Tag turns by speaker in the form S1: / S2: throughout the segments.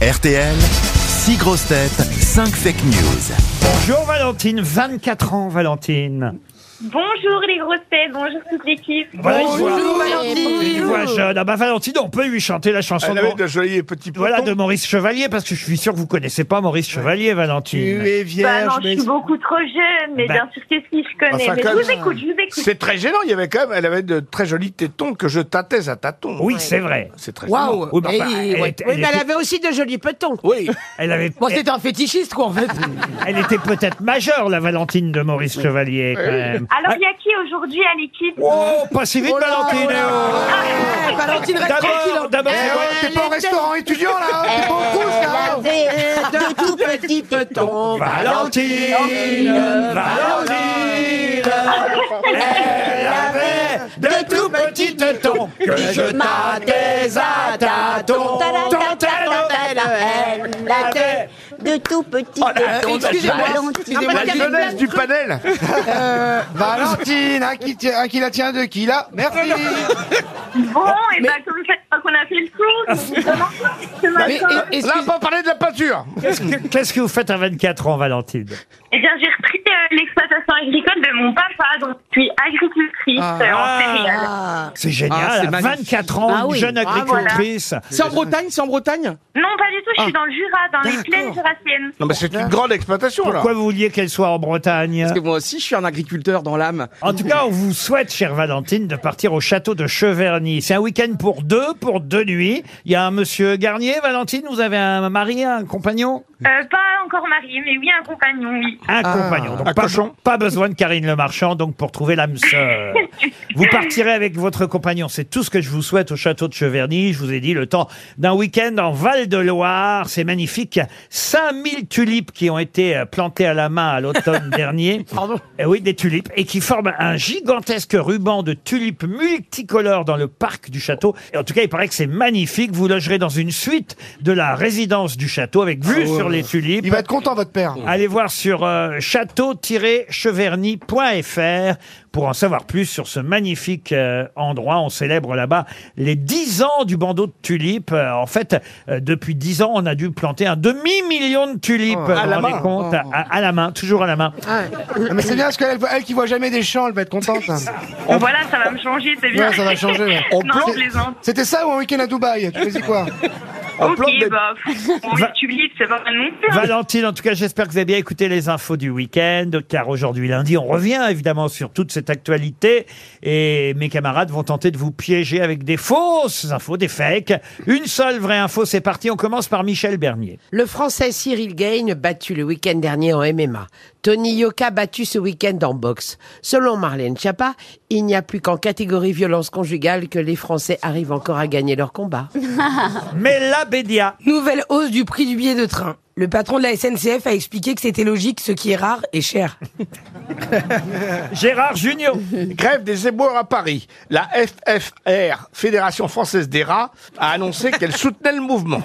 S1: RTL, 6 grosses têtes, 5 fake news.
S2: Bonjour Valentine, 24 ans Valentine.
S3: Bonjour les grosses têtes, bonjour toute l'équipe.
S2: Voilà une voix- une voix
S4: Valentine
S2: jeune. Ah bah Valentine, on peut lui chanter la chanson
S5: Elle
S2: de,
S5: avait
S2: Mau-
S5: de jolis petits potons.
S2: voilà, de Maurice Chevalier, parce que je suis sûr que vous connaissez pas Maurice Chevalier, Valentine.
S4: es
S3: Bah non, je suis beaucoup trop jeune, mais
S2: Bah.
S3: bien sûr que si, je connais.
S5: Enfin,
S3: mais je
S5: comme
S3: vous
S5: ça.
S3: écoute, je vous écoute.
S5: C'est très gênant. Il y avait quand même, elle avait de très jolis tétons que je tâtais à tâtons.
S2: Oui, c'est vrai.
S5: C'est très gênant.
S4: Waouh
S2: Oui, bah, bah,
S4: Et-
S2: elle-
S4: ouais.
S2: elle
S4: Oui, mais elle
S2: était-
S4: avait aussi de jolis petons.
S5: Oui.
S2: Elle avait,
S4: Bon,
S2: elle,
S4: c'est un fétichiste, quoi, en fait.
S2: elle était peut-être majeure, la Valentine de Maurice Chevalier, quand même.
S3: Alors, il y a qui aujourd'hui à l'équipe
S2: Oh, pas si vite,
S4: Oh là,
S2: Valentine.
S4: oh là,
S2: oh.
S4: Eh, Valentine, reste
S2: D'abord,
S4: tranquille. hein. Eh
S2: d'abord,
S6: Eh
S2: c'est moi.
S5: t'es pas au restaurant étudiant là
S6: hein,
S5: T'es pas au couche là
S4: De tout petit peton.
S2: Valentine, Valentine, elle avait de tout petits tétons que je tâtais à tâtons. Tant elle avait
S7: de tout petit.
S2: Oh là,
S7: téton.
S4: excusez-moi, excusez-moi.
S5: La jeunesse du panel
S6: Euh, Valentine, hein, qui, tient- hein, qui la tient de qui là Merci.
S3: Bon, et bah, comme chaque fois qu'on a fait le tour, je vous demande ce
S4: Mais,
S3: matin.
S4: et-
S5: Là, on
S4: excuse-
S5: va parler de la peinture
S2: Qu'est-ce que- qu'est-ce que vous faites à 24 ans, Valentine
S3: Eh bien, j'ai repris euh, l'exploitation agricole de mon papa, donc je suis agricultrice euh, en céréales.
S2: C'est génial, à 24 ans,
S7: Ah
S2: une
S7: oui.
S2: jeune
S3: voilà.
S2: agricultrice.
S8: Ah.
S4: C'est en Bretagne, c'est en Bretagne
S3: Non, pas du tout, je suis dans le Jura, dans les plaines jurassiennes.
S5: Non, mais c'est une grande exploitation là
S2: Pourquoi vous vouliez qu'elle soit en Bretagne
S8: Parce que moi aussi, je suis un agriculteur dans l'âme.
S2: En tout cas, on vous souhaite, chère Valentine, de partir au château de Cheverny. C'est un week-end pour deux, pour deux nuits. Il y a un monsieur Garnier, Valentine, vous avez un mari, un compagnon
S3: Euh, pas encore mariée, mais oui, un compagnon, oui.
S2: Un compagnon. Donc
S5: Ah. un
S2: pas,
S5: cochon.
S2: pas besoin de Karine Le Marchand, donc pour trouver l'âme sœur. vous partirez avec votre compagnon. C'est tout ce que je vous souhaite au château de Cheverny. Je vous ai dit le temps d'un week-end en Val-de-Loire. C'est magnifique. Il y a 5000 tulipes qui ont été euh, plantées à la main à l'automne dernier.
S4: Pardon
S2: Eh oui, des tulipes, et qui forment un gigantesque ruban de tulipes multicolores dans le parc du château. Et en tout cas, il paraît que c'est magnifique. Vous logerez dans une suite de la résidence du château avec vue
S5: Ah
S2: sur les tulipes.
S6: Il va être content, votre père.
S2: Allez voir sur euh, château-cheverny.fr pour en savoir plus sur ce magnifique euh, endroit. On célèbre là-bas les 10 ans du bandeau de tulipes. Euh, en fait, euh, depuis 10 ans, on a dû planter un demi-million de tulipes. vous
S5: Oh. à la
S2: vous rendez
S5: main.
S2: compte à, à la main, toujours à la main.
S6: Non, Ah, Mais c'est bien parce qu'elle elle qui voit jamais des champs, elle va être contente. Ouais,
S3: Donc voilà, ça va me changer, c'est bien.
S6: ça va changer. ouais.
S3: non, je
S6: C'est-
S3: plaisante.
S6: C'était ça ou un week-end à Dubaï Tu faisais quoi
S5: On plante
S3: Ok,
S5: des-
S3: bah, pff, bon,
S2: Va-
S3: les tulipes, c'est pas mal non plus. hein.
S2: Valentine, en tout cas, j'espère que vous avez bien écouté les infos du week-end, car aujourd'hui lundi, on revient évidemment sur toute cette actualité, et mes camarades vont tenter de vous piéger avec des fausses infos, des fakes. Une seule vraie info, c'est parti, on commence par Michel Bernier.
S4: Le Français Cyril Gagne battu le week-end dernier en MMA. Tony Yoka battu ce week-end en boxe. Selon Marlène Chapa, il n'y a plus qu'en catégorie violence conjugale que les Français arrivent encore à gagner leur combat.
S2: Mella Bédia,
S9: Nouvelle hausse du prix du billet de train. Le patron de la SNCF a expliqué que c'était logique, ce qui est rare et cher.
S2: Gérard Junior,
S5: Grève des éboueurs à Paris. La FFR, Fédération Française des Rats, a annoncé qu'elle soutenait le mouvement.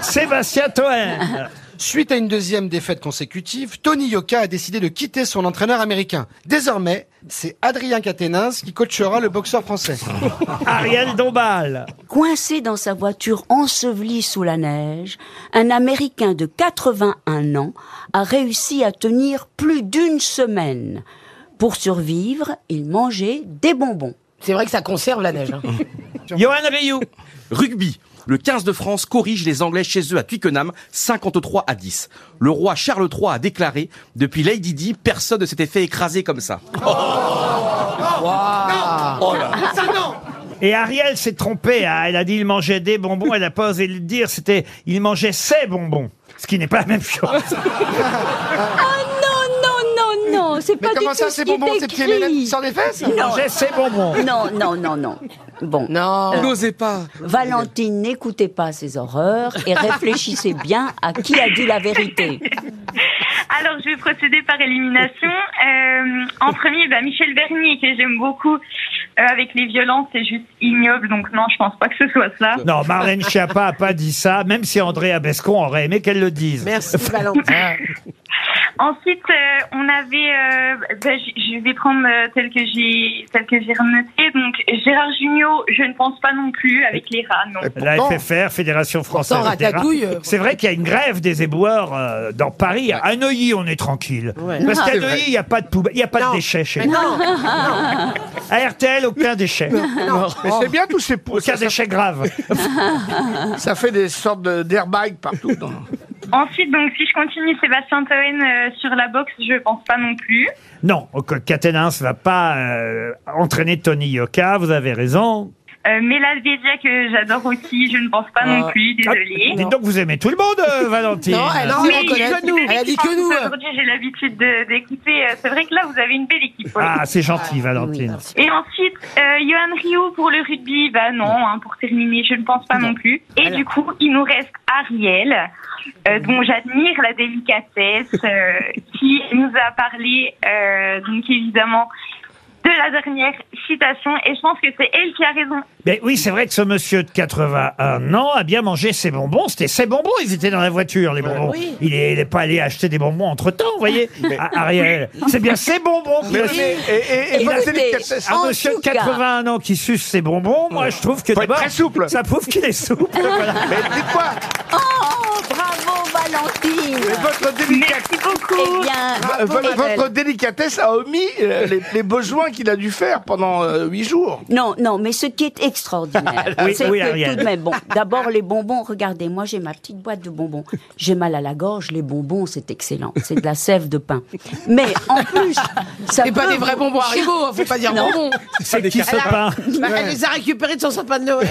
S2: Sébastien Toen,
S6: Suite à une deuxième défaite consécutive, Tony Yoka a décidé de quitter son entraîneur américain. Désormais, c'est Adrien Caténins qui coachera le boxeur français.
S2: Ariel Dombal,
S7: Coincé dans sa voiture ensevelie sous la neige, un Américain de 81 ans a réussi à tenir plus d'une semaine. Pour survivre, il mangeait des bonbons.
S4: C'est vrai que ça conserve la neige. hein.
S2: Johan Rioux,
S8: Rugby. Le 15 de France corrige les Anglais chez eux à Twickenham, 53 à 10. Le roi Charles III a déclaré, depuis Lady Di, personne ne s'était fait écraser comme ça.
S2: et Ariel s'est trompée, hein. elle a dit il mangeait des bonbons, elle a pas osé le dire, c'était il mangeait ses bonbons, ce qui n'est pas la même chose.
S7: Ah Non, non, non, non, c'est
S6: Mais
S7: pas
S6: comment
S7: du
S6: ça,
S7: tout ce
S6: c'est
S7: qui est
S6: bonbon, ces petits
S7: écrit.
S6: MLM sans des fesses
S2: Il mangeait ses bonbons.
S7: Non, non, non, non. Bon,
S4: Non.
S8: N'osez pas.
S7: Valentine, n'écoutez pas ces horreurs et réfléchissez bien à qui a dit la vérité.
S3: Alors, je vais procéder par élimination. Euh, en premier, bah, Michel Bernier, que j'aime beaucoup, euh, avec les violences, c'est juste ignoble. Donc, non, je pense pas que ce soit ça.
S2: Non, Marlène Schiappa a pas dit ça, même si André Abescon aurait aimé qu'elle le dise.
S4: Merci Valentine.
S3: Ensuite, euh, on avait, euh, ben, j- je vais prendre euh, celle que j'ai, celle que j'ai renotée. Donc Gérard Jugnot, je ne pense pas non plus avec les rats, non.
S2: La FFR, Fédération Française
S9: Pourtant,
S2: des Rats.
S9: Ratatouille, euh,
S2: C'est vrai qu'il y a une grève des éboueurs euh, dans Paris. À Neuilly, on est tranquille.
S4: Ouais.
S2: Parce qu'à
S6: C'est vrai.
S2: Neuilly, il n'y a pas de poubelle, il n'y a pas de déchets chez nous.
S4: Non, non,
S2: À RTL, aucun déchet.
S4: non.
S5: Mais
S6: Oh.
S5: c'est bien tous ces pouces.
S2: Aucun
S5: Ça,
S2: déchet grave.
S5: ça- ça fait des sortes de- d'airbags partout. Dans...
S3: Ensuite, donc si je continue, Sébastien Toen euh, sur la boxe, je pense pas non plus.
S2: Non, que Catenins ne va pas euh, entraîner Tony Yoka, vous avez raison.
S3: Euh, Mélavedia que j'adore aussi, je ne pense pas non plus, désolée.
S2: Ah, Dites donc, vous aimez tout le monde, euh, Valentine.
S9: Non, elle
S3: Oui,
S9: non, on reconnaît.
S3: je vous
S9: Elle a dit
S3: je
S9: que nous.
S3: pense
S9: hein.
S3: Ah, Aujourd'hui, j'ai l'habitude de- d'écouter. euh, C'est vrai que là, vous avez une belle équipe. ouais.
S2: Ah, c'est gentil, Valentine.
S3: Et ensuite, euh, Johan Rio pour le rugby, bah non, hein, pour terminer, je ne pense pas non, plus. Et du coup, il nous reste Ariel, euh, dont j'admire la délicatesse, euh, qui nous a parlé, euh, donc évidemment, de la dernière citation. Et je pense que c'est elle qui a raison.
S2: Ben oui, c'est vrai que ce monsieur de 81 ans a bien mangé ses bonbons. C'était ses bonbons, ils étaient dans la voiture, les bonbons. Il n'est pas allé acheter des bonbons entre-temps, vous voyez, à- Ariel. C'est bien ses bonbons. qui-
S5: Ah, Mais- mais- et- et- et
S9: Et
S5: moi,
S9: écoutez,
S5: c'est des cassettes.
S2: Un
S9: En
S2: Ah, monsieur de
S9: tout cas.
S2: 81 ans qui suce ses bonbons, moi je trouve que
S5: Faut être
S2: d'abord,
S5: très souple.
S2: ça prouve qu'il est souple. voilà.
S5: Mais dites-moi,
S7: Oh, bravo Valentine
S5: votre délicatesse.
S3: Merci beaucoup.
S7: Eh bien,
S5: Vo- vo- Votre délicatesse a omis euh, les, les besoins qu'il a dû faire pendant euh, huit jours.
S7: non, non, mais ce qui est extraordinaire,
S2: Oui,
S7: c'est
S2: oui,
S7: que
S2: Ariel.
S7: tout de même, bon, d'abord les bonbons, regardez, moi j'ai ma petite boîte de bonbons, j'ai mal à la gorge, les bonbons c'est excellent, c'est de la sève de pain. Mais en plus, ça
S9: C'est pas
S7: peut
S9: des vrais
S7: vous-
S9: bonbons
S4: hein,
S9: Haribo, faut pas dire bonbons.
S2: C'est qui ce
S4: cartes.
S2: pain
S4: Bah, Elle les a récupérés de son sapin de Noël.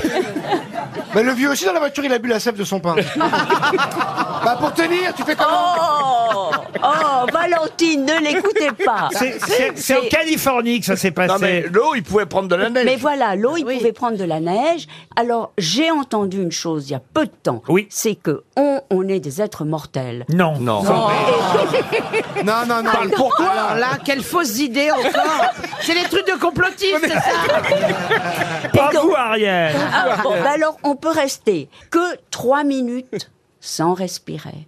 S6: Mais le vieux aussi dans la voiture, il a bu la sève de son pain. bah pour tenir, tu fais comment
S7: Oh, oh, Valentine, ne l'écoutez pas.
S2: C'est- C'est c'est en
S7: C'est-
S2: Californie que ça s'est passé.
S5: Ah, Non mais l'eau, il pouvait prendre de la neige.
S7: Mais voilà, l'eau, il pouvait prendre de la neige. Alors, j'ai entendu une chose il y a peu de temps.
S2: Oui.
S7: C'est que on, on est des êtres mortels.
S2: Non.
S8: Non.
S6: Non,
S5: Ah,
S6: non, non.
S4: Alors Ah là, quelle fausse idée encore C'est les trucs de complotistes, c'est ça
S2: Pas vous, Ariel.
S7: Ah, bon, bah alors, on peut rester que trois minutes sans respirer.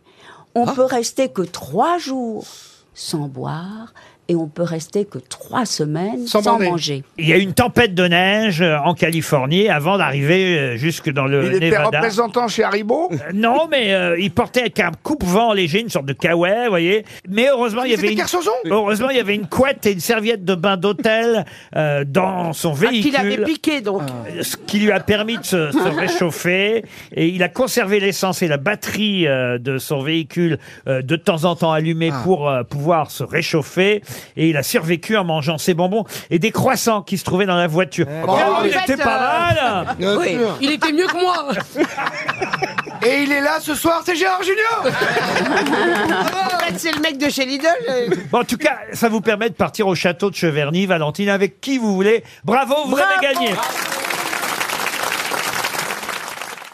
S7: On peut rester que trois jours sans boire. Et on peut rester que trois semaines
S6: Sans
S7: sans,
S6: bander.
S7: manger.
S2: Il y a eu une tempête de neige euh, en Californie avant d'arriver euh, jusque dans le
S5: Il était
S2: Nevada.
S5: représentant chez Haribo.
S2: Euh, Non, mais euh, il portait avec un coupe-vent léger, une sorte de kawaii, vous voyez. Mais heureusement, il y avait
S6: C'était
S2: une...
S6: Kersozon
S2: Heureusement, il y avait une couette et une serviette de bain d'hôtel euh, dans son
S4: Ah, Qu'il
S2: véhicule,
S4: avait piqué, donc.
S2: ce qui lui a permis de se, se réchauffer. Et il a conservé l'essence et la batterie euh, de son véhicule euh, de temps en temps allumée
S4: Ah.
S2: pour euh, pouvoir se réchauffer. Et il a survécu en mangeant ses bonbons et des croissants qui se trouvaient dans la voiture.
S4: en
S2: il
S4: fait, euh,
S2: était pas mal
S6: Bien
S9: Oui,
S6: sûr.
S9: il était mieux que moi.
S6: Et il est là ce soir, c'est Gérard Junior
S4: En fait, c'est le mec de chez Lidl. euh,
S2: Bon, en tout cas, ça vous permet de partir au château de Cheverny, Valentine, avec qui vous voulez. Bravo, vous avez gagné.